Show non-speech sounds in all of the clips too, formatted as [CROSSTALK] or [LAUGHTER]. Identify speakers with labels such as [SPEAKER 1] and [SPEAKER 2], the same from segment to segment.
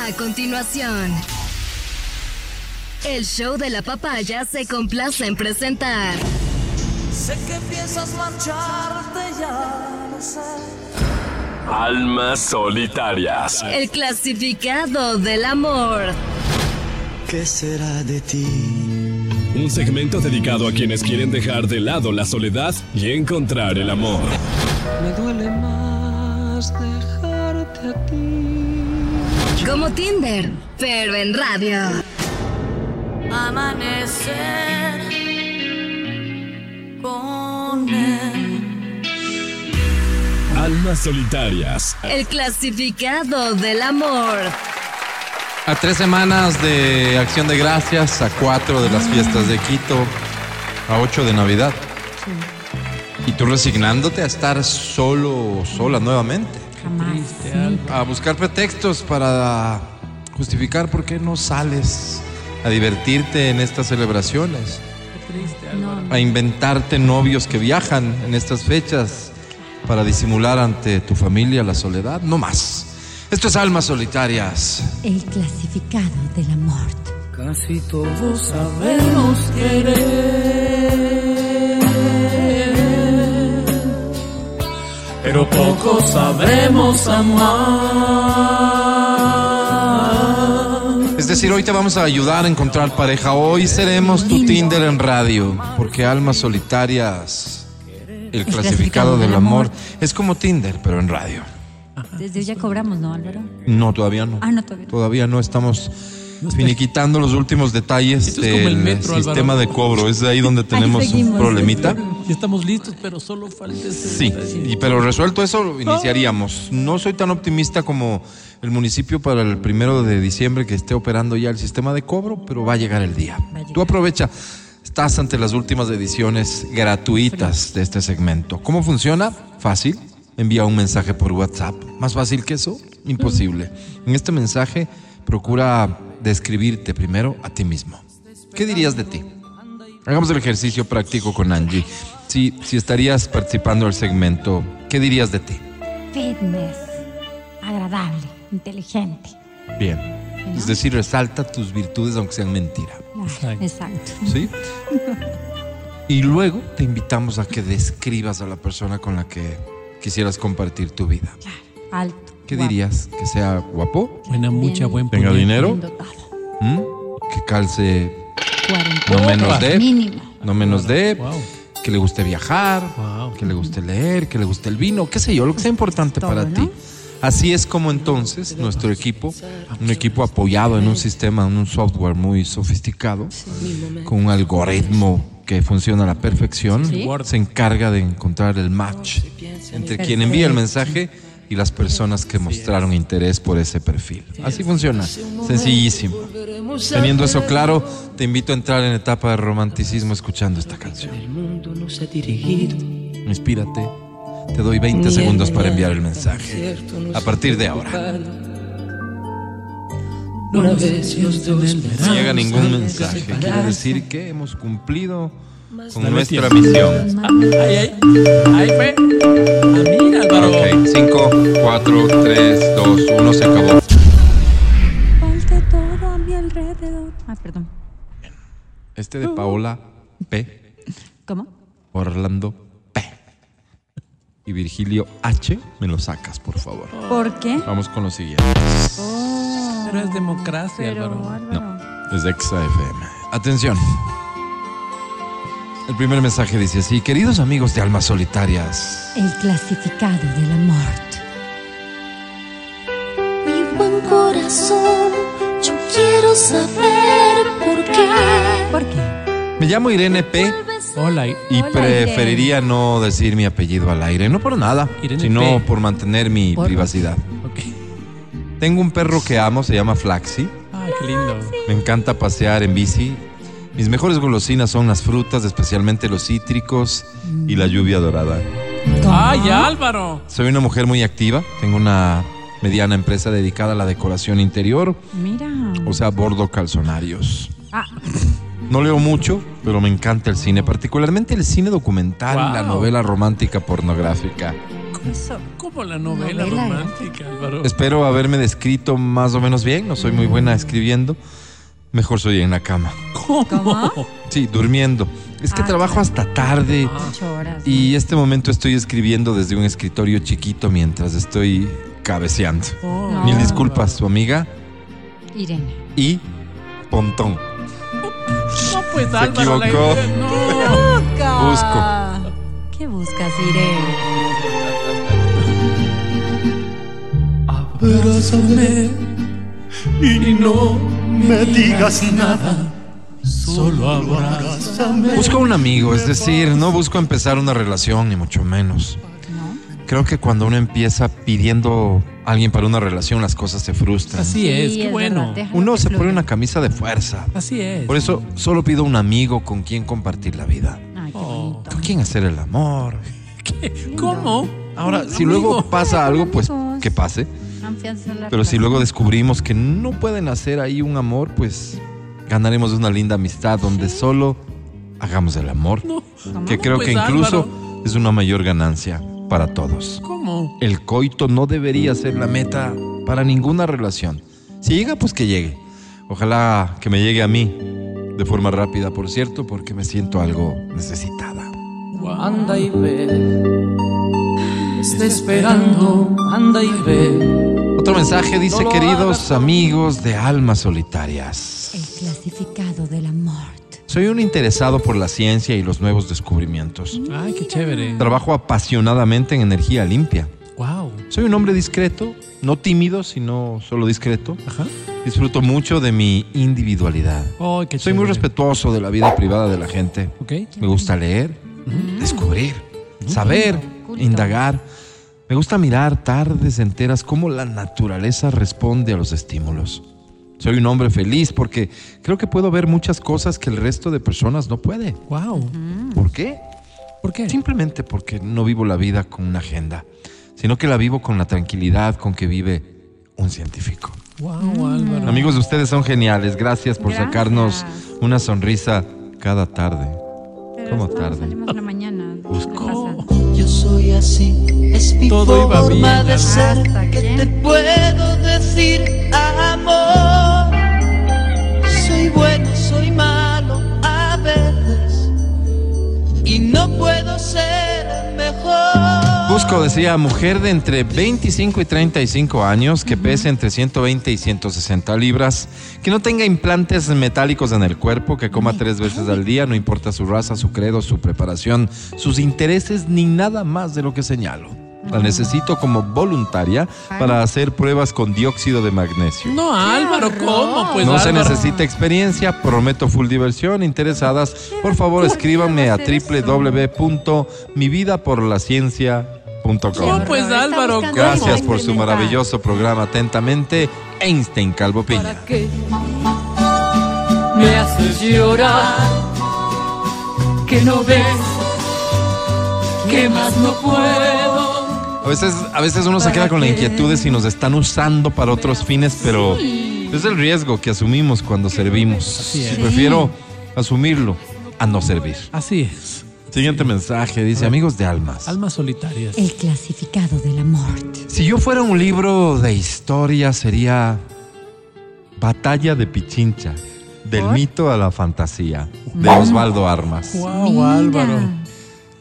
[SPEAKER 1] A continuación, el show de la papaya se complace en presentar.
[SPEAKER 2] Sé que piensas marcharte ya, no sé.
[SPEAKER 3] Almas solitarias.
[SPEAKER 1] El clasificado del amor.
[SPEAKER 4] ¿Qué será de ti?
[SPEAKER 3] Un segmento dedicado a quienes quieren dejar de lado la soledad y encontrar el amor.
[SPEAKER 2] Me duele más dejarte a ti.
[SPEAKER 1] Como Tinder, pero en radio.
[SPEAKER 5] Amanecer con él.
[SPEAKER 3] Almas solitarias.
[SPEAKER 1] El clasificado del amor.
[SPEAKER 6] A tres semanas de Acción de Gracias, a cuatro de las fiestas de Quito, a ocho de Navidad. Y tú resignándote a estar solo o sola nuevamente. A buscar pretextos para justificar por qué no sales a divertirte en estas celebraciones. A inventarte novios que viajan en estas fechas para disimular ante tu familia la soledad. No más. Esto es Almas Solitarias.
[SPEAKER 7] El clasificado del amor.
[SPEAKER 2] Casi todos sabemos querer, pero pocos sabemos amar.
[SPEAKER 6] Es decir, hoy te vamos a ayudar a encontrar pareja. Hoy seremos tu Tinder en radio. Porque almas solitarias, el clasificado del amor, es como Tinder, pero en radio.
[SPEAKER 7] Desde hoy ya cobramos, ¿no, Álvaro?
[SPEAKER 6] No, todavía no.
[SPEAKER 7] Ah, no, todavía no.
[SPEAKER 6] Todavía no estamos finiquitando los últimos detalles
[SPEAKER 8] Esto es como el
[SPEAKER 6] del
[SPEAKER 8] metro, Álvaro.
[SPEAKER 6] sistema de cobro. Es ahí donde tenemos un
[SPEAKER 7] seguimos.
[SPEAKER 6] problemita.
[SPEAKER 8] Ya estamos listos, pero solo falta ese
[SPEAKER 6] Sí,
[SPEAKER 8] detalle.
[SPEAKER 6] y, pero resuelto eso, iniciaríamos. No soy tan optimista como el municipio para el primero de diciembre que esté operando ya el sistema de cobro, pero va a llegar el día.
[SPEAKER 7] a llegar.
[SPEAKER 6] Tú aprovecha. Estás ante las últimas ediciones gratuitas de este segmento. ¿Cómo funciona? Fácil. Envía un mensaje por WhatsApp. ¿Más fácil que eso? Imposible. En este mensaje procura describirte primero a ti mismo. ¿Qué dirías de ti? Hagamos el ejercicio práctico con Angie. Si, si estarías participando del segmento, ¿qué dirías de ti?
[SPEAKER 7] Fitness. Agradable. Inteligente.
[SPEAKER 6] Bien. Es decir, resalta tus virtudes aunque sean mentira.
[SPEAKER 7] Claro,
[SPEAKER 8] Exacto.
[SPEAKER 7] Ah, Exacto.
[SPEAKER 6] ¿Sí? [LAUGHS] Y luego te invitamos a que describas a la persona con la que quisieras compartir tu vida.
[SPEAKER 7] Claro. Alto.
[SPEAKER 6] ¿Qué
[SPEAKER 7] guapo,
[SPEAKER 6] dirías? ¿Que sea guapo?
[SPEAKER 8] Buena mucha, buen
[SPEAKER 6] ¿Tenga
[SPEAKER 8] puñete.
[SPEAKER 7] bien
[SPEAKER 6] dinero?
[SPEAKER 7] dotado.
[SPEAKER 6] ¿Mm? ¿Que calce
[SPEAKER 7] Cuarenta.
[SPEAKER 6] no menos de?
[SPEAKER 7] Mínimo.
[SPEAKER 6] No menos de.
[SPEAKER 8] Wow.
[SPEAKER 6] ¿Que le guste viajar?
[SPEAKER 8] Wow.
[SPEAKER 6] que le guste leer, que le guste el vino, qué sé yo, lo que sea importante
[SPEAKER 7] Todo,
[SPEAKER 6] para
[SPEAKER 7] ¿no?
[SPEAKER 6] ti. Así es como entonces nuestro equipo, un equipo apoyado en un sistema, en un software muy sofisticado, con un algoritmo que funciona a la perfección, se encarga de encontrar el match entre quien envía el mensaje y las personas que mostraron interés por ese perfil. Así funciona, sencillísimo. Teniendo eso claro, te invito a entrar en etapa de romanticismo escuchando esta canción. Inspírate. Te doy 20 segundos para enviar el mensaje. A partir de ahora.
[SPEAKER 2] Una vez los dos
[SPEAKER 6] No llega ningún mensaje. Quiere decir que hemos cumplido con
[SPEAKER 8] Dame
[SPEAKER 6] nuestra
[SPEAKER 8] tiempo.
[SPEAKER 6] misión.
[SPEAKER 8] Ay, ay. Ahí fue. Ah, mira, Álvaro.
[SPEAKER 6] Ok, 5, 4, 3, 2, 1, se acabó.
[SPEAKER 7] Falta todo a mi alrededor. Ah, perdón.
[SPEAKER 6] Este de Paola P,
[SPEAKER 7] ¿Cómo?
[SPEAKER 6] Orlando P y Virgilio H, me lo sacas, por favor.
[SPEAKER 7] ¿Por qué?
[SPEAKER 6] Vamos con lo siguiente.
[SPEAKER 8] Pero es democracia,
[SPEAKER 7] Pero,
[SPEAKER 8] Álvaro.
[SPEAKER 6] No, es Exa FM. Atención. El primer mensaje dice así, queridos amigos de Almas Solitarias.
[SPEAKER 7] El clasificado del amor.
[SPEAKER 9] Mi buen corazón, yo quiero saber por qué.
[SPEAKER 7] ¿Por qué?
[SPEAKER 6] Me llamo Irene P.
[SPEAKER 8] Hola, y-
[SPEAKER 6] Y
[SPEAKER 7] Hola,
[SPEAKER 6] preferiría no decir mi apellido al aire, no por nada,
[SPEAKER 8] Irene
[SPEAKER 6] sino
[SPEAKER 8] P.
[SPEAKER 6] por mantener mi
[SPEAKER 7] Por-
[SPEAKER 6] privacidad.
[SPEAKER 8] ok.
[SPEAKER 6] Tengo un perro que amo, se llama Flaxi.
[SPEAKER 8] Ah, qué lindo.
[SPEAKER 6] Me encanta pasear en bici. Mis mejores golosinas son las frutas, especialmente los cítricos y la lluvia dorada.
[SPEAKER 8] Ay, Álvaro.
[SPEAKER 6] Soy una mujer muy activa, tengo una mediana empresa dedicada a la decoración interior,
[SPEAKER 7] Mira.
[SPEAKER 6] o sea, bordo calzonarios.
[SPEAKER 7] Ah,
[SPEAKER 6] No leo mucho, pero me encanta el cine, particularmente el cine documental y la
[SPEAKER 8] Wow.
[SPEAKER 6] novela romántica pornográfica.
[SPEAKER 7] Eso.
[SPEAKER 8] Como la novela,
[SPEAKER 7] Novela
[SPEAKER 8] romántica, Álvaro.
[SPEAKER 6] Espero haberme descrito más o menos bien. No soy muy buena escribiendo. Mejor soy en la cama.
[SPEAKER 7] ¿Cómo?
[SPEAKER 6] Sí, durmiendo. Es que
[SPEAKER 7] Ah,
[SPEAKER 6] trabajo hasta tarde.
[SPEAKER 10] Ah.
[SPEAKER 7] Ocho horas.
[SPEAKER 6] Y este momento estoy escribiendo desde un escritorio chiquito mientras estoy cabeceando.
[SPEAKER 8] Oh,
[SPEAKER 7] No.
[SPEAKER 6] Mil disculpas, tu amiga
[SPEAKER 7] Irene.
[SPEAKER 6] y Pontón.
[SPEAKER 8] No, pues Álvaro, la
[SPEAKER 6] equivocó.
[SPEAKER 8] idea- No.
[SPEAKER 6] Busco.
[SPEAKER 7] ¿Qué buscas, Irene?
[SPEAKER 8] Abrázame y no me digas nada. Solo abrázame.
[SPEAKER 6] Busco un amigo, es decir, no busco empezar una relación, ni mucho menos. Creo que cuando uno empieza pidiendo a alguien para una relación, las cosas se frustran.
[SPEAKER 8] Así es, qué bueno.
[SPEAKER 7] verdad, déjalo
[SPEAKER 6] Uno
[SPEAKER 7] que
[SPEAKER 6] se pone
[SPEAKER 7] fluya.
[SPEAKER 6] una camisa de fuerza.
[SPEAKER 8] Así es.
[SPEAKER 6] Por eso solo pido un amigo con quien compartir la vida.
[SPEAKER 7] Ay, qué
[SPEAKER 8] Oh.
[SPEAKER 7] bonito.
[SPEAKER 6] Con quien hacer el amor.
[SPEAKER 8] ¿Qué? ¿Cómo?
[SPEAKER 6] Ahora, si
[SPEAKER 8] amigo.
[SPEAKER 6] luego pasa algo, pues que pase.
[SPEAKER 7] Confianza en la
[SPEAKER 6] Pero si
[SPEAKER 7] relación.
[SPEAKER 6] luego descubrimos que no pueden hacer ahí un amor, pues ganaremos una linda amistad donde solo hagamos el amor,
[SPEAKER 8] No.
[SPEAKER 6] que
[SPEAKER 8] No,
[SPEAKER 6] creo
[SPEAKER 8] pues,
[SPEAKER 6] que incluso
[SPEAKER 8] Álvaro,
[SPEAKER 6] es una mayor ganancia para todos.
[SPEAKER 8] ¿Cómo?
[SPEAKER 6] El coito no debería ser la meta para ninguna relación. Si llega, pues que llegue. Ojalá que me llegue a mí de forma rápida, por cierto, porque me siento algo necesitada.
[SPEAKER 2] Anda y ve. Está esperando, anda y ve.
[SPEAKER 6] Otro mensaje dice,
[SPEAKER 2] No lo
[SPEAKER 6] queridos
[SPEAKER 2] hagas, no.
[SPEAKER 6] amigos de almas solitarias.
[SPEAKER 7] El clasificado de la muerte.
[SPEAKER 6] Soy un interesado por la ciencia y los nuevos descubrimientos.
[SPEAKER 8] Ay, qué chévere.
[SPEAKER 6] Trabajo apasionadamente en energía limpia.
[SPEAKER 8] Wow.
[SPEAKER 6] Soy un hombre discreto, no tímido, sino solo discreto.
[SPEAKER 8] Ajá.
[SPEAKER 6] Disfruto mucho de mi individualidad.
[SPEAKER 8] Ay, qué
[SPEAKER 6] Soy
[SPEAKER 8] chévere.
[SPEAKER 6] muy respetuoso de la vida privada de la gente.
[SPEAKER 8] Ok.
[SPEAKER 6] Me gusta leer, descubrir, saber, indagar. Me gusta mirar tardes enteras cómo la naturaleza responde a los estímulos. Soy un hombre feliz porque creo que puedo ver muchas cosas que el resto de personas no puede.
[SPEAKER 8] Wow.
[SPEAKER 6] ¿Por qué?
[SPEAKER 8] ¿Por qué?
[SPEAKER 6] Simplemente porque no vivo la vida con una agenda, sino que la vivo con la tranquilidad con que vive un científico.
[SPEAKER 8] Wow, Álvaro.
[SPEAKER 6] Amigos, ustedes son geniales. Gracias por
[SPEAKER 7] Gracias.
[SPEAKER 6] sacarnos una sonrisa cada tarde. ¿Cómo
[SPEAKER 7] Pero
[SPEAKER 6] tarde?
[SPEAKER 7] Salimos en la mañana. ¿Qué
[SPEAKER 8] Busco.
[SPEAKER 7] pasa?
[SPEAKER 2] Yo soy así, es mi
[SPEAKER 8] Todo iba
[SPEAKER 2] forma
[SPEAKER 8] bien,
[SPEAKER 2] de ser.
[SPEAKER 7] Hasta
[SPEAKER 2] ¿Qué
[SPEAKER 7] que-
[SPEAKER 2] te puedo decir, amor? Soy bueno, soy malo a veces y no puedo ser el mejor.
[SPEAKER 6] Busco, decía, mujer de entre 25 y 35 años, que pese entre 120 y 160 libras, que no tenga implantes metálicos en el cuerpo, que coma tres veces al día, no importa su raza, su credo, su preparación, sus intereses, ni nada más de lo que señalo. La necesito como voluntaria para hacer pruebas con dióxido de magnesio.
[SPEAKER 8] No, Álvaro, ¿cómo? Pues
[SPEAKER 6] Mm. No se
[SPEAKER 8] Álvaro.
[SPEAKER 6] necesita experiencia, prometo full diversión. Interesadas, por favor escríbanme a
[SPEAKER 7] hacer eso?
[SPEAKER 6] www.mividaporlaciencia.com.
[SPEAKER 8] No, pues
[SPEAKER 7] Está
[SPEAKER 8] Álvaro,
[SPEAKER 7] buscando
[SPEAKER 6] Gracias
[SPEAKER 7] algo
[SPEAKER 6] por su
[SPEAKER 7] implementar.
[SPEAKER 6] maravilloso programa. Atentamente, Einstein Calvo Piña.
[SPEAKER 2] que me haces llorar. Que no ves, que más no puedo.
[SPEAKER 6] A veces, a veces uno se queda con la inquietud de si nos están usando para otros fines, pero es el riesgo que asumimos cuando servimos.
[SPEAKER 8] es.
[SPEAKER 6] Y prefiero asumirlo a no servir.
[SPEAKER 8] Así es.
[SPEAKER 6] Siguiente mensaje dice, amigos de almas.
[SPEAKER 8] Almas solitarias.
[SPEAKER 7] El clasificado de la muerte.
[SPEAKER 6] Si yo fuera un libro de historia sería Batalla de Pichincha, del mito a la fantasía, de Osvaldo Armas.
[SPEAKER 8] Wow,
[SPEAKER 7] Mira.
[SPEAKER 8] Álvaro.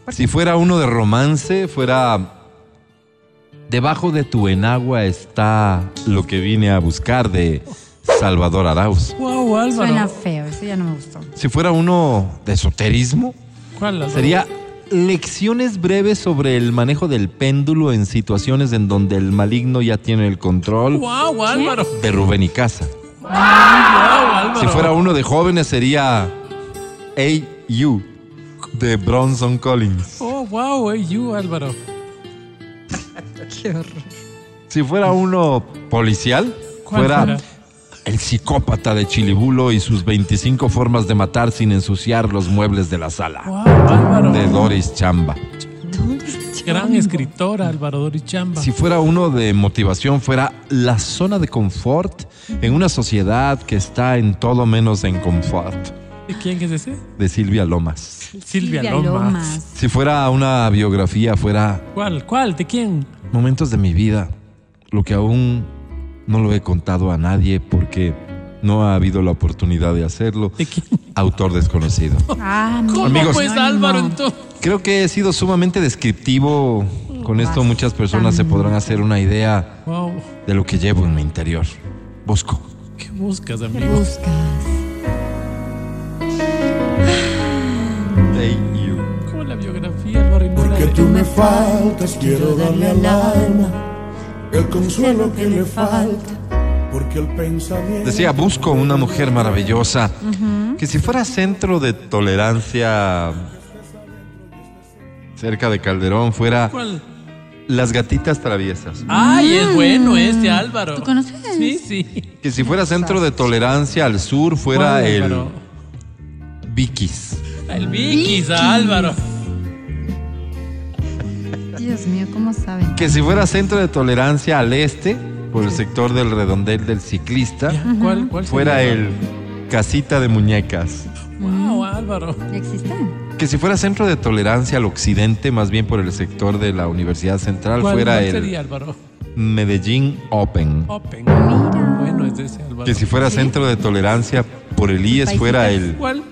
[SPEAKER 6] Si fuera uno de romance, fuera Debajo de tu enagua está lo que vine a buscar de Salvador Arauz.
[SPEAKER 8] Wow, Álvaro.
[SPEAKER 7] Suena feo, eso ya no me gustó.
[SPEAKER 6] Si fuera uno de esoterismo,
[SPEAKER 8] ¿Cuál, Álvaro?
[SPEAKER 6] sería lecciones breves sobre el manejo del péndulo en situaciones en donde el maligno ya tiene el control
[SPEAKER 8] Wow, Álvaro.
[SPEAKER 6] de Rubén y Casa.
[SPEAKER 8] Wow, Álvaro.
[SPEAKER 6] Si fuera uno de jóvenes sería AU de Bronson Collins.
[SPEAKER 8] Oh, wow, hey, you, Álvaro.
[SPEAKER 6] Si fuera uno policial,
[SPEAKER 8] ¿Cuál
[SPEAKER 6] fuera
[SPEAKER 8] fuera?
[SPEAKER 6] el psicópata de Chilibulo y sus 25 formas de matar sin ensuciar los muebles de la sala.
[SPEAKER 8] Wow, Álvaro.
[SPEAKER 6] De Doris Chamba.
[SPEAKER 8] Gran escritora, Álvaro Doris Chamba.
[SPEAKER 6] Si fuera uno de motivación, fuera la zona de confort en una sociedad que está en todo menos en confort.
[SPEAKER 8] ¿De quién es ese?
[SPEAKER 6] de Silvia Lomas.
[SPEAKER 8] Silvia
[SPEAKER 10] Silvia
[SPEAKER 8] Lomas.
[SPEAKER 10] Lomas.
[SPEAKER 6] Si fuera una biografía, fuera
[SPEAKER 8] ¿Cuál? ¿Cuál? ¿De quién?
[SPEAKER 6] momentos de mi vida, lo que aún no lo he contado a nadie porque no ha habido la oportunidad de hacerlo.
[SPEAKER 8] ¿De quién?
[SPEAKER 6] Autor desconocido.
[SPEAKER 10] Ah,
[SPEAKER 8] ¿Cómo
[SPEAKER 6] Amigos.
[SPEAKER 8] pues
[SPEAKER 10] No, no,
[SPEAKER 8] Álvaro
[SPEAKER 10] no.
[SPEAKER 8] entonces?
[SPEAKER 6] Creo que he sido sumamente descriptivo. Con esto muchas personas se podrán hacer una idea
[SPEAKER 8] Wow.
[SPEAKER 6] de lo que llevo en mi interior. Bosco.
[SPEAKER 8] ¿Qué buscas,
[SPEAKER 10] ¿Qué
[SPEAKER 8] amigo?
[SPEAKER 10] buscas?
[SPEAKER 8] ¿Cómo la biografía, Álvaro? y no la de-
[SPEAKER 10] me faltas, quiero darle al alma
[SPEAKER 11] El consuelo que le
[SPEAKER 10] falta.
[SPEAKER 11] porque el pensamiento
[SPEAKER 6] Decía, busco una mujer maravillosa que si fuera centro de tolerancia cerca de Calderón fuera
[SPEAKER 8] ¿Cuál?
[SPEAKER 6] Las gatitas traviesas.
[SPEAKER 8] Ay, es bueno este Álvaro.
[SPEAKER 10] Mm. ¿Tú conoces?
[SPEAKER 8] Sí, sí.
[SPEAKER 6] Que si fuera centro de tolerancia al sur fuera
[SPEAKER 8] ¿Cuál,
[SPEAKER 6] el
[SPEAKER 8] Álvaro?
[SPEAKER 6] Vicky's.
[SPEAKER 8] El Vikis, Álvaro.
[SPEAKER 10] Dios mío, ¿cómo saben?
[SPEAKER 6] Que si fuera centro de tolerancia al este por el sector del redondel del ciclista
[SPEAKER 8] Ya, ¿Cuál, cuál
[SPEAKER 6] fuera
[SPEAKER 8] sería?
[SPEAKER 6] el Casita de Muñecas.
[SPEAKER 8] Wow, Álvaro.
[SPEAKER 10] ¿Ya existen?
[SPEAKER 6] Que si fuera centro de tolerancia al occidente más bien por el sector de la Universidad Central
[SPEAKER 8] ¿Cuál,
[SPEAKER 6] fuera
[SPEAKER 8] cuál
[SPEAKER 6] el
[SPEAKER 8] sería Álvaro?
[SPEAKER 6] Medellín Open.
[SPEAKER 8] Open. Bueno, es de ese Álvaro.
[SPEAKER 6] Que si fuera centro de tolerancia por el IES
[SPEAKER 10] Paisitas.
[SPEAKER 6] fuera el
[SPEAKER 8] ¿Cuál?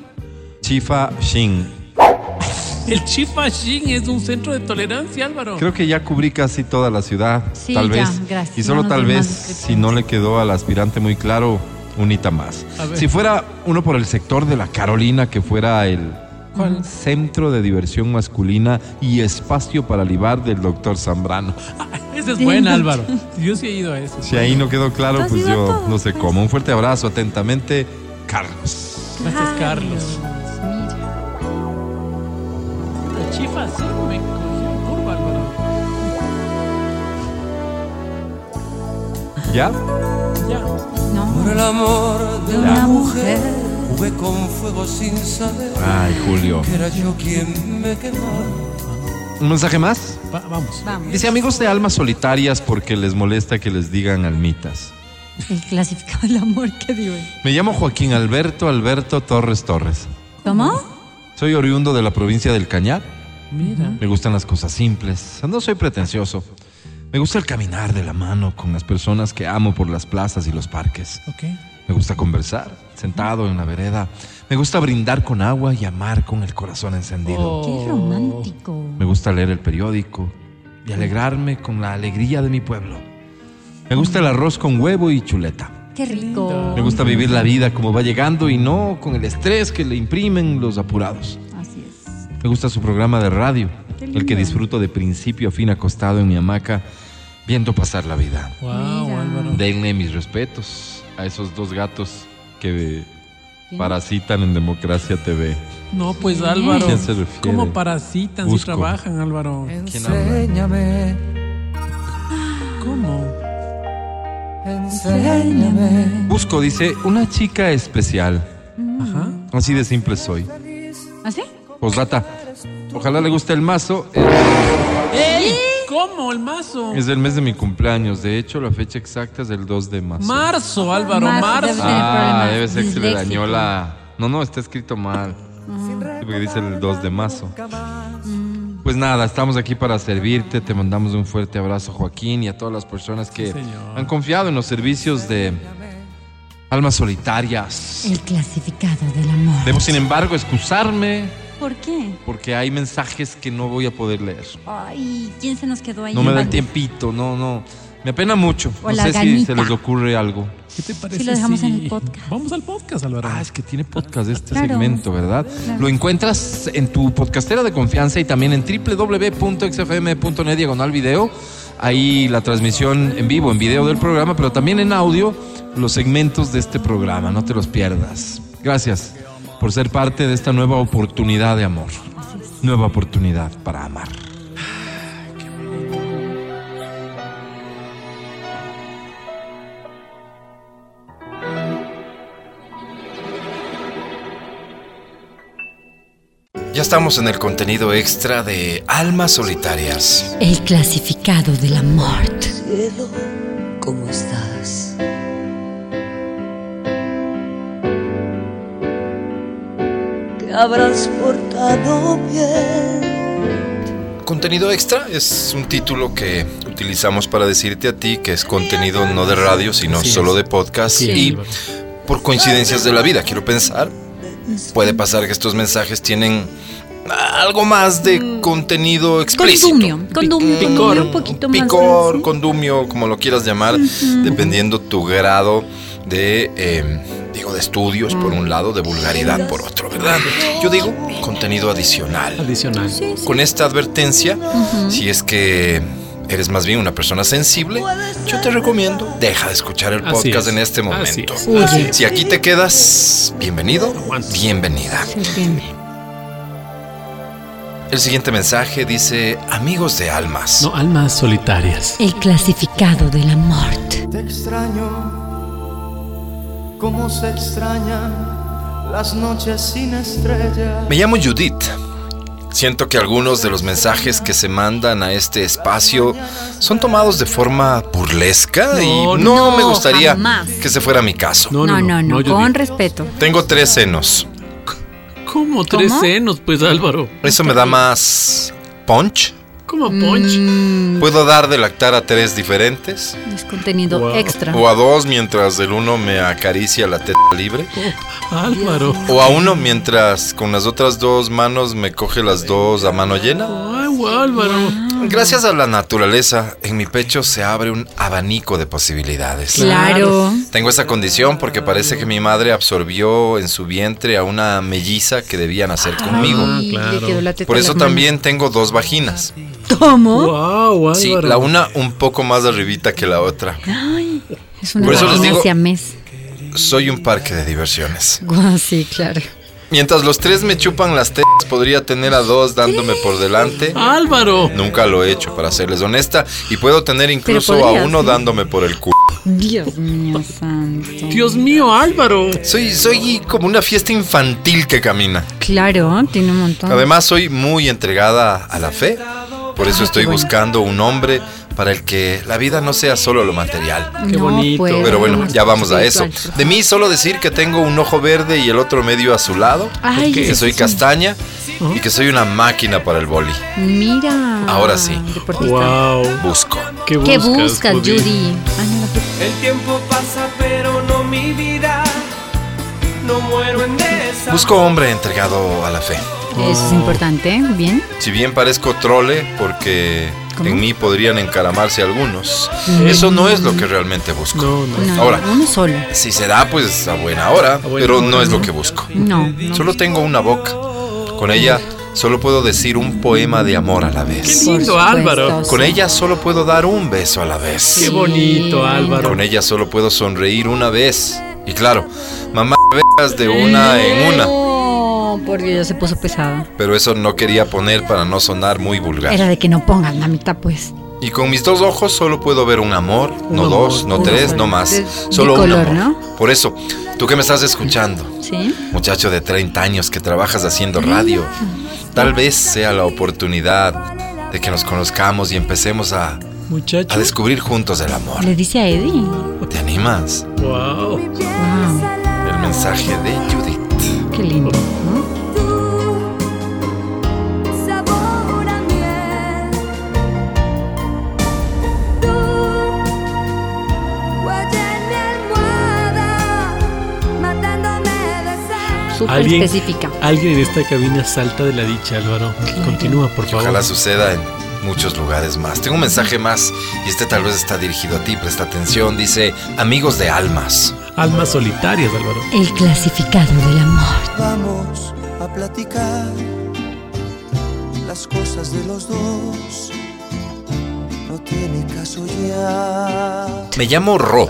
[SPEAKER 6] Chifa Shin.
[SPEAKER 8] El Chifashin es un centro de tolerancia, Álvaro.
[SPEAKER 6] Creo que ya cubrí casi toda la ciudad,
[SPEAKER 10] Sí,
[SPEAKER 6] tal
[SPEAKER 10] ya,
[SPEAKER 6] vez.
[SPEAKER 10] gracias.
[SPEAKER 6] Y
[SPEAKER 10] No
[SPEAKER 6] solo
[SPEAKER 10] nos
[SPEAKER 6] tal
[SPEAKER 10] den
[SPEAKER 6] vez,
[SPEAKER 10] más
[SPEAKER 6] si
[SPEAKER 10] descripciones.
[SPEAKER 6] no le quedó al aspirante muy claro, unita más.
[SPEAKER 8] A ver.
[SPEAKER 6] Si fuera uno por el sector de la Carolina, que fuera el
[SPEAKER 8] ¿Cuál?
[SPEAKER 6] Centro de Diversión Masculina y Espacio para Libar del Doctor Zambrano.
[SPEAKER 8] Ese es buen Álvaro.
[SPEAKER 10] [LAUGHS]
[SPEAKER 8] Yo sí he ido a eso.
[SPEAKER 6] Si ahí no quedó claro,
[SPEAKER 10] Tú has
[SPEAKER 6] pues
[SPEAKER 10] ido a
[SPEAKER 6] yo
[SPEAKER 10] todo,
[SPEAKER 6] no sé
[SPEAKER 10] pues.
[SPEAKER 6] cómo. Un fuerte abrazo, atentamente, Carlos.
[SPEAKER 8] Gracias, Carlos.
[SPEAKER 10] Mira.
[SPEAKER 8] La Chifashin me cogió en curva, Álvaro.
[SPEAKER 6] ¿Ya?
[SPEAKER 8] Ya.
[SPEAKER 10] No,
[SPEAKER 2] Por el amor de
[SPEAKER 10] de
[SPEAKER 2] una
[SPEAKER 10] una
[SPEAKER 2] mujer
[SPEAKER 10] mujer
[SPEAKER 2] jugué con fuego sin saber
[SPEAKER 6] Ay, Julio.
[SPEAKER 2] que era yo quien me quemaba.
[SPEAKER 6] ¿Un mensaje más?
[SPEAKER 8] Va- vamos.
[SPEAKER 10] vamos.
[SPEAKER 6] Dice amigos de almas solitarias porque les molesta que les digan almitas.
[SPEAKER 10] El clasificado del amor que digo.
[SPEAKER 6] Me llamo Joaquín Alberto Alberto Torres Torres.
[SPEAKER 10] ¿Cómo?
[SPEAKER 6] Soy oriundo de la provincia del Cañar.
[SPEAKER 8] Mira.
[SPEAKER 6] Me gustan las cosas simples. No soy pretencioso. Me gusta el caminar de la mano con las personas que amo por las plazas y los parques.
[SPEAKER 8] Ok.
[SPEAKER 6] Me gusta conversar sentado en la vereda. Me gusta brindar con agua y amar con el corazón encendido.
[SPEAKER 8] Oh,
[SPEAKER 10] Qué romántico.
[SPEAKER 6] Me gusta leer el periódico y alegrarme con la alegría de mi pueblo. Me gusta el arroz con huevo y chuleta.
[SPEAKER 10] Qué rico.
[SPEAKER 6] Me gusta vivir la vida como va llegando y no con el estrés que le imprimen los apurados.
[SPEAKER 10] Así es.
[SPEAKER 6] Me gusta su programa de radio,
[SPEAKER 10] Qué lindo.
[SPEAKER 6] el que disfruto de principio a fin acostado en mi hamaca, viendo pasar la vida.
[SPEAKER 8] Wow,
[SPEAKER 10] Mira.
[SPEAKER 8] Álvaro.
[SPEAKER 6] Denle mis respetos a esos dos gatos que parasitan en Democracia TV.
[SPEAKER 8] No, pues Álvaro.
[SPEAKER 6] ¿Quién se refiere?
[SPEAKER 8] ¿Cómo parasitan si
[SPEAKER 6] Busco.
[SPEAKER 8] trabajan, Álvaro?
[SPEAKER 6] ¿Quién habla?
[SPEAKER 8] ¿Cómo?
[SPEAKER 6] Busco, dice, una chica especial.
[SPEAKER 8] Ajá.
[SPEAKER 6] Así de simple soy.
[SPEAKER 10] ¿Así?
[SPEAKER 6] Posdata. Ojalá le guste el mazo.
[SPEAKER 8] ¡Ey! ¿Cómo? El mazo.
[SPEAKER 6] Es el mes de mi cumpleaños. De hecho, la fecha exacta es el 2 de marzo.
[SPEAKER 8] Marzo, Álvaro,
[SPEAKER 10] Marzo,
[SPEAKER 8] marzo.
[SPEAKER 10] debe tener
[SPEAKER 6] Ah,
[SPEAKER 10] problemas
[SPEAKER 6] debe ser que se le
[SPEAKER 10] disléxico.
[SPEAKER 6] dañó la. No, no, está escrito mal. Sí, porque dice el 2 de marzo. Pues nada, estamos aquí para servirte. Te mandamos un fuerte abrazo, Joaquín, y a todas las personas que
[SPEAKER 8] Sí, señor.
[SPEAKER 6] han confiado en los servicios de Almas Solitarias.
[SPEAKER 10] El clasificado del amor.
[SPEAKER 6] Debo, sin embargo, excusarme
[SPEAKER 10] ¿Por qué?
[SPEAKER 6] porque hay mensajes que no voy a poder leer.
[SPEAKER 10] Ay, ¿quién se nos quedó ahí?
[SPEAKER 6] No me da el
[SPEAKER 10] Vale.
[SPEAKER 6] tiempito, no, no. Me apena mucho.
[SPEAKER 10] O
[SPEAKER 6] No
[SPEAKER 10] la
[SPEAKER 6] sé si se
[SPEAKER 10] ganita.
[SPEAKER 6] les ocurre algo.
[SPEAKER 8] ¿Qué te parece?
[SPEAKER 10] lo dejamos en el podcast.
[SPEAKER 8] Vamos al podcast, Álvaro.
[SPEAKER 6] Ah, es que tiene podcast este
[SPEAKER 10] Claro.
[SPEAKER 6] segmento, ¿verdad?
[SPEAKER 10] Claro.
[SPEAKER 6] Lo encuentras en tu podcastera de confianza y también en www.xfm.net diagonal video. Ahí la transmisión en vivo, en video del programa, pero también en audio, los segmentos de este programa. No te los pierdas. Gracias por ser parte de esta nueva oportunidad de amor. Nueva oportunidad para amar.
[SPEAKER 11] Ya estamos en el contenido extra de Almas Solitarias.
[SPEAKER 10] El clasificado del amor.
[SPEAKER 2] cielo, ¿cómo estás?
[SPEAKER 12] habrás portado bien.
[SPEAKER 6] Contenido extra es un título que utilizamos para decirte a ti que es contenido no de radio, sino
[SPEAKER 13] Así es.
[SPEAKER 6] solo de podcast.
[SPEAKER 13] Sí,
[SPEAKER 6] y
[SPEAKER 13] Álvaro.
[SPEAKER 6] por coincidencias de la vida, quiero pensar, puede pasar que estos mensajes tienen algo más de contenido explícito.
[SPEAKER 1] Mm. Condumio,
[SPEAKER 6] Mm,
[SPEAKER 1] condumio,
[SPEAKER 6] Picor,
[SPEAKER 1] condumio un poquito más.
[SPEAKER 6] picor, condumio, como lo quieras llamar,
[SPEAKER 1] Ujú.
[SPEAKER 6] dependiendo tu grado de, eh, digo, de estudios por
[SPEAKER 1] Mm.
[SPEAKER 6] un lado, de vulgaridad por otro, ¿verdad? Yo digo contenido adicional.
[SPEAKER 8] Adicional.
[SPEAKER 6] Con esta advertencia,
[SPEAKER 8] Ujú.
[SPEAKER 6] si es que eres más bien una persona sensible, yo te recomiendo, deja de escuchar el
[SPEAKER 8] Así
[SPEAKER 6] podcast
[SPEAKER 8] es,
[SPEAKER 6] en este
[SPEAKER 8] así
[SPEAKER 6] momento.
[SPEAKER 8] es, así Oye. es.
[SPEAKER 6] Si aquí te quedas, bienvenido, bienvenida. El siguiente mensaje dice, amigos de almas.
[SPEAKER 8] No, almas solitarias.
[SPEAKER 1] El clasificado del amor.
[SPEAKER 4] Te extraño, cómo se extrañan las noches sin estrellas.
[SPEAKER 6] Me llamo Judith. Siento que algunos de los mensajes que se mandan a este espacio son tomados de forma burlesca y
[SPEAKER 1] No,
[SPEAKER 6] no,
[SPEAKER 1] no,
[SPEAKER 6] me gustaría
[SPEAKER 1] jamás.
[SPEAKER 6] que se fuera mi caso.
[SPEAKER 1] No, no, no, con respeto.
[SPEAKER 6] Tengo tres senos.
[SPEAKER 8] ¿Cómo tres
[SPEAKER 1] ¿Cómo?
[SPEAKER 8] senos, pues Álvaro?
[SPEAKER 6] Eso me da más punch.
[SPEAKER 8] ¿Cómo
[SPEAKER 1] Mm,
[SPEAKER 8] punch?
[SPEAKER 6] Puedo dar de lactar a tres diferentes
[SPEAKER 1] Es contenido extra.
[SPEAKER 6] o a dos mientras el uno me acaricia la teta libre.
[SPEAKER 8] Álvaro.
[SPEAKER 6] O a uno mientras con las otras dos manos me coge las dos a mano llena.
[SPEAKER 1] Ah.
[SPEAKER 8] Ay, guau, Álvaro.
[SPEAKER 6] Gracias a la naturaleza, en mi pecho se abre un abanico de posibilidades.
[SPEAKER 1] Claro.
[SPEAKER 6] Tengo esa condición porque parece que mi madre absorbió en su vientre a una melliza que debía nacer conmigo.
[SPEAKER 1] le quedó la teta
[SPEAKER 6] Por
[SPEAKER 1] en
[SPEAKER 6] eso
[SPEAKER 1] Ah. las manos.
[SPEAKER 6] también tengo dos vaginas.
[SPEAKER 1] ¿Cómo?
[SPEAKER 6] Sí, la una un poco más arribita que la otra.
[SPEAKER 1] Ay, es una
[SPEAKER 6] Por eso les
[SPEAKER 1] vagina
[SPEAKER 6] digo-
[SPEAKER 1] siamés.
[SPEAKER 6] Soy un parque de diversiones.
[SPEAKER 1] Guau, sí, claro.
[SPEAKER 6] Mientras los tres me chupan las tetas, podría tener a dos dándome por delante.
[SPEAKER 8] Álvaro.
[SPEAKER 6] Nunca lo he hecho, para serles honesta, y puedo tener incluso a
[SPEAKER 8] podrías,
[SPEAKER 6] uno
[SPEAKER 8] ¿no?
[SPEAKER 6] dándome por el culo.
[SPEAKER 1] Dios mío santo.
[SPEAKER 8] Dios mío, Álvaro.
[SPEAKER 6] Soy, soy como una fiesta infantil que camina.
[SPEAKER 1] Claro, tiene un
[SPEAKER 8] Ah.
[SPEAKER 1] montón.
[SPEAKER 6] Además, soy muy entregada a la fe. Por
[SPEAKER 8] Ah,
[SPEAKER 6] eso estoy buscando un hombre para el que la vida no sea solo lo material.
[SPEAKER 1] Qué No, bonito. pues,
[SPEAKER 6] Pero bueno, ya vamos a eso.
[SPEAKER 1] espiritual, por
[SPEAKER 6] De mí solo decir que tengo un ojo verde y el otro medio azulado,
[SPEAKER 1] Ay,
[SPEAKER 6] que
[SPEAKER 1] eso
[SPEAKER 6] soy
[SPEAKER 1] sí. ¿Ah?
[SPEAKER 6] castaña y que soy una máquina para el boli.
[SPEAKER 1] Mira.
[SPEAKER 6] Ahora sí.
[SPEAKER 1] Deportista.
[SPEAKER 6] Busco.
[SPEAKER 1] ¿Qué buscas, Judy? Ay, no la puedo-
[SPEAKER 2] El tiempo pasa pero no mi vida. No muero en desamor.
[SPEAKER 6] Busco hombre entregado a la fe.
[SPEAKER 1] Eso es importante, bien.
[SPEAKER 6] Si bien parezco trole, porque en mí podrían encaramarse algunos,
[SPEAKER 1] Mm.
[SPEAKER 6] eso no es lo que realmente busco.
[SPEAKER 1] No,
[SPEAKER 6] Ahora,
[SPEAKER 1] uno solo.
[SPEAKER 6] si será, pues a buena hora, pero no es lo que busco.
[SPEAKER 1] No, no.
[SPEAKER 6] Solo tengo una boca. Con ella solo puedo decir un poema de amor a la vez.
[SPEAKER 8] Qué lindo, Por supuesto, Álvaro.
[SPEAKER 6] Con
[SPEAKER 8] sí.
[SPEAKER 6] ella solo puedo dar un beso a la vez.
[SPEAKER 8] Qué bonito, Álvaro.
[SPEAKER 6] Con ella solo puedo sonreír una vez. Y claro, mamá vergas de una en una.
[SPEAKER 1] No, por Dios, Oh, ya se puso pesado.
[SPEAKER 6] Pero eso no quería poner para no sonar muy vulgar.
[SPEAKER 1] Era de que no pongan la mitad, pues.
[SPEAKER 6] Y con mis dos ojos solo puedo ver un amor, no
[SPEAKER 1] amor,
[SPEAKER 6] dos, no
[SPEAKER 1] un
[SPEAKER 6] tres,
[SPEAKER 1] amor.
[SPEAKER 6] no más.
[SPEAKER 1] De-
[SPEAKER 6] Solo un
[SPEAKER 1] bicolor,
[SPEAKER 6] amor.
[SPEAKER 1] ¿no?
[SPEAKER 6] Por eso, tú que me estás escuchando,
[SPEAKER 1] Sí.
[SPEAKER 6] muchacho de 30 años que trabajas haciendo radio, tal vez sea la oportunidad de que nos conozcamos y empecemos a, a
[SPEAKER 8] Muchacho.
[SPEAKER 6] descubrir juntos el amor.
[SPEAKER 1] Le dice a Eddie.
[SPEAKER 6] ¿Te animas?
[SPEAKER 8] Wow.
[SPEAKER 1] Wow,
[SPEAKER 6] El mensaje de Judith.
[SPEAKER 1] qué lindo. ¿no?
[SPEAKER 14] Sabor a miel. Tú, huella en mi almohada, matándome de sed.
[SPEAKER 1] Súper
[SPEAKER 8] Alguien-
[SPEAKER 1] específica.
[SPEAKER 8] Alguien en esta cabina salta de la dicha, Álvaro. Continúa, por favor.
[SPEAKER 6] Ojalá suceda en muchos lugares más. Tengo un mensaje más y este tal vez está dirigido a ti, presta atención. Dice, amigos de almas.
[SPEAKER 8] Almas solitarias, Álvaro.
[SPEAKER 1] El clasificado del amor.
[SPEAKER 4] Vamos a platicar las cosas de los dos. No tiene caso ya.
[SPEAKER 6] Me llamo Ro.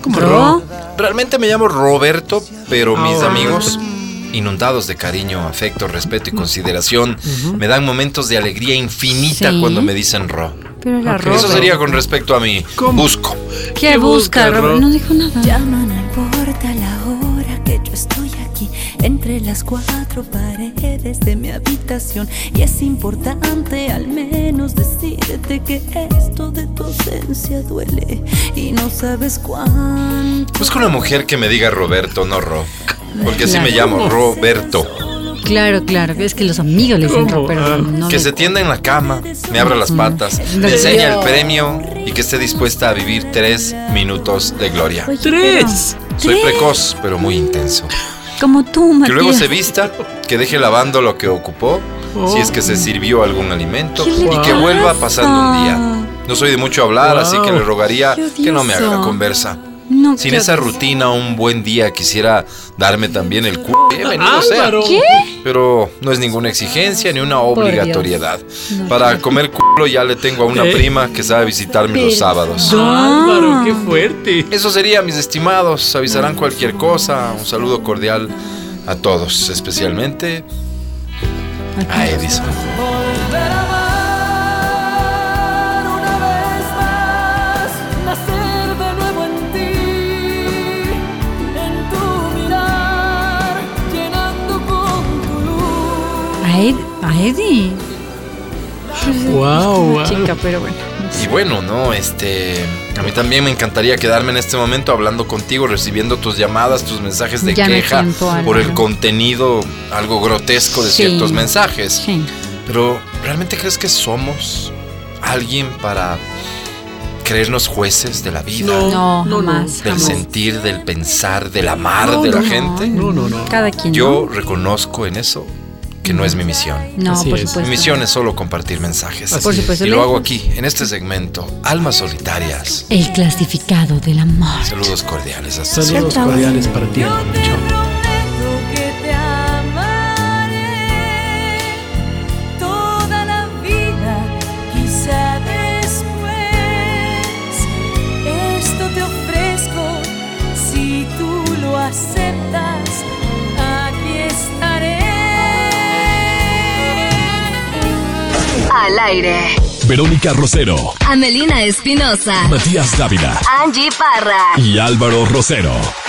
[SPEAKER 1] ¿Cómo Ro? Oh.
[SPEAKER 6] Realmente me llamo Roberto, pero mis
[SPEAKER 8] Ah.
[SPEAKER 6] amigos, inundados de cariño, afecto, respeto y consideración, me dan momentos de alegría infinita
[SPEAKER 1] Sí.
[SPEAKER 6] cuando me dicen Ro.
[SPEAKER 1] Pero la ropa.
[SPEAKER 6] Ah, Eso sería con respecto a mí. Busco.
[SPEAKER 1] ¿Qué, busca,
[SPEAKER 8] busca,
[SPEAKER 1] Ro?
[SPEAKER 8] Ro?
[SPEAKER 1] No dijo nada.
[SPEAKER 10] Ya no importa la hora que yo estoy aquí entre las cuatro paredes de mi habitación y es importante al menos decirte que esto de tu ausencia duele y no sabes cuánto.
[SPEAKER 6] Busco una mujer que me diga Roberto, no Ro. Porque así me
[SPEAKER 10] Claro.
[SPEAKER 6] llamo Roberto.
[SPEAKER 1] Claro, claro. Es que los amigos le dicen ro, pero no.
[SPEAKER 6] que
[SPEAKER 1] le-
[SPEAKER 6] se tienda en la cama, me abra las patas, me enseña el premio y que esté dispuesta a vivir tres minutos de gloria.
[SPEAKER 1] ¡Tres!
[SPEAKER 6] Soy precoz, pero muy intenso.
[SPEAKER 1] Como tú, Matías.
[SPEAKER 6] Que luego se vista, que deje lavando lo que ocupó, si es que se sirvió algún alimento,
[SPEAKER 1] ¿Qué le
[SPEAKER 6] y que vuelva
[SPEAKER 1] pasa?
[SPEAKER 6] pasando un día. No soy de mucho hablar, así que le rogaría
[SPEAKER 1] Qué
[SPEAKER 6] que no me
[SPEAKER 1] odioso.
[SPEAKER 6] haga conversa.
[SPEAKER 1] No,
[SPEAKER 6] Sin
[SPEAKER 1] qué
[SPEAKER 6] esa
[SPEAKER 1] odioso.
[SPEAKER 6] rutina, un buen día quisiera darme también el culo. Bienvenido sea.
[SPEAKER 1] Álvaro. ¿Qué?
[SPEAKER 6] Pero no es ninguna exigencia ni una
[SPEAKER 1] Por Dios.
[SPEAKER 6] obligatoriedad. Para comer culo ya le tengo a una
[SPEAKER 8] ¿Qué?
[SPEAKER 6] prima que sabe visitarme los
[SPEAKER 8] Pero-
[SPEAKER 6] sábados.
[SPEAKER 8] Álvaro,
[SPEAKER 1] Ah.
[SPEAKER 8] qué fuerte.
[SPEAKER 6] Eso sería, mis estimados. Avisarán cualquier cosa. Un saludo cordial a todos, especialmente a Edison.
[SPEAKER 10] Nacer de nuevo en ti, en tu mirar, llenando con tu luz.
[SPEAKER 1] A, Ed, a Eddie.
[SPEAKER 6] Guau,
[SPEAKER 1] Es
[SPEAKER 6] guau.
[SPEAKER 1] una chica, pero bueno.
[SPEAKER 6] Y bueno, no, este. A mí también me encantaría quedarme en este momento hablando contigo, recibiendo tus llamadas, tus mensajes de
[SPEAKER 1] Ya no hay
[SPEAKER 6] queja
[SPEAKER 1] tiempo,
[SPEAKER 6] por el
[SPEAKER 1] Álvaro.
[SPEAKER 6] contenido algo grotesco de
[SPEAKER 1] Sí.
[SPEAKER 6] ciertos mensajes.
[SPEAKER 1] Sí.
[SPEAKER 6] Pero, ¿realmente crees que somos alguien para creernos jueces de la vida?
[SPEAKER 1] No, jamás.
[SPEAKER 6] Del
[SPEAKER 1] jamás.
[SPEAKER 6] sentir, del pensar, del amar
[SPEAKER 1] No,
[SPEAKER 6] de la
[SPEAKER 1] no,
[SPEAKER 6] gente.
[SPEAKER 1] no, no, no. Cada quien,
[SPEAKER 6] Yo reconozco en eso que no es mi misión.
[SPEAKER 1] Pues No, Así por es. supuesto.
[SPEAKER 6] Mi misión es solo compartir mensajes.
[SPEAKER 1] Así Por es. supuesto,
[SPEAKER 6] Y lo
[SPEAKER 1] Luis.
[SPEAKER 6] hago aquí, en este segmento, Almas Solitarias.
[SPEAKER 1] El clasificado del amor.
[SPEAKER 6] Saludos cordiales. Hasta
[SPEAKER 8] Saludos
[SPEAKER 6] siempre.
[SPEAKER 8] cordiales para ti.
[SPEAKER 10] que te amaré toda la vida, quizá después. Esto te ofrezco si tú lo aceptas. Aquí estaré.
[SPEAKER 15] Al aire.
[SPEAKER 3] Verónica Rosero,
[SPEAKER 15] Amelina Espinosa.
[SPEAKER 3] Matías Dávila
[SPEAKER 15] Angie Parra.
[SPEAKER 3] y Álvaro Rosero.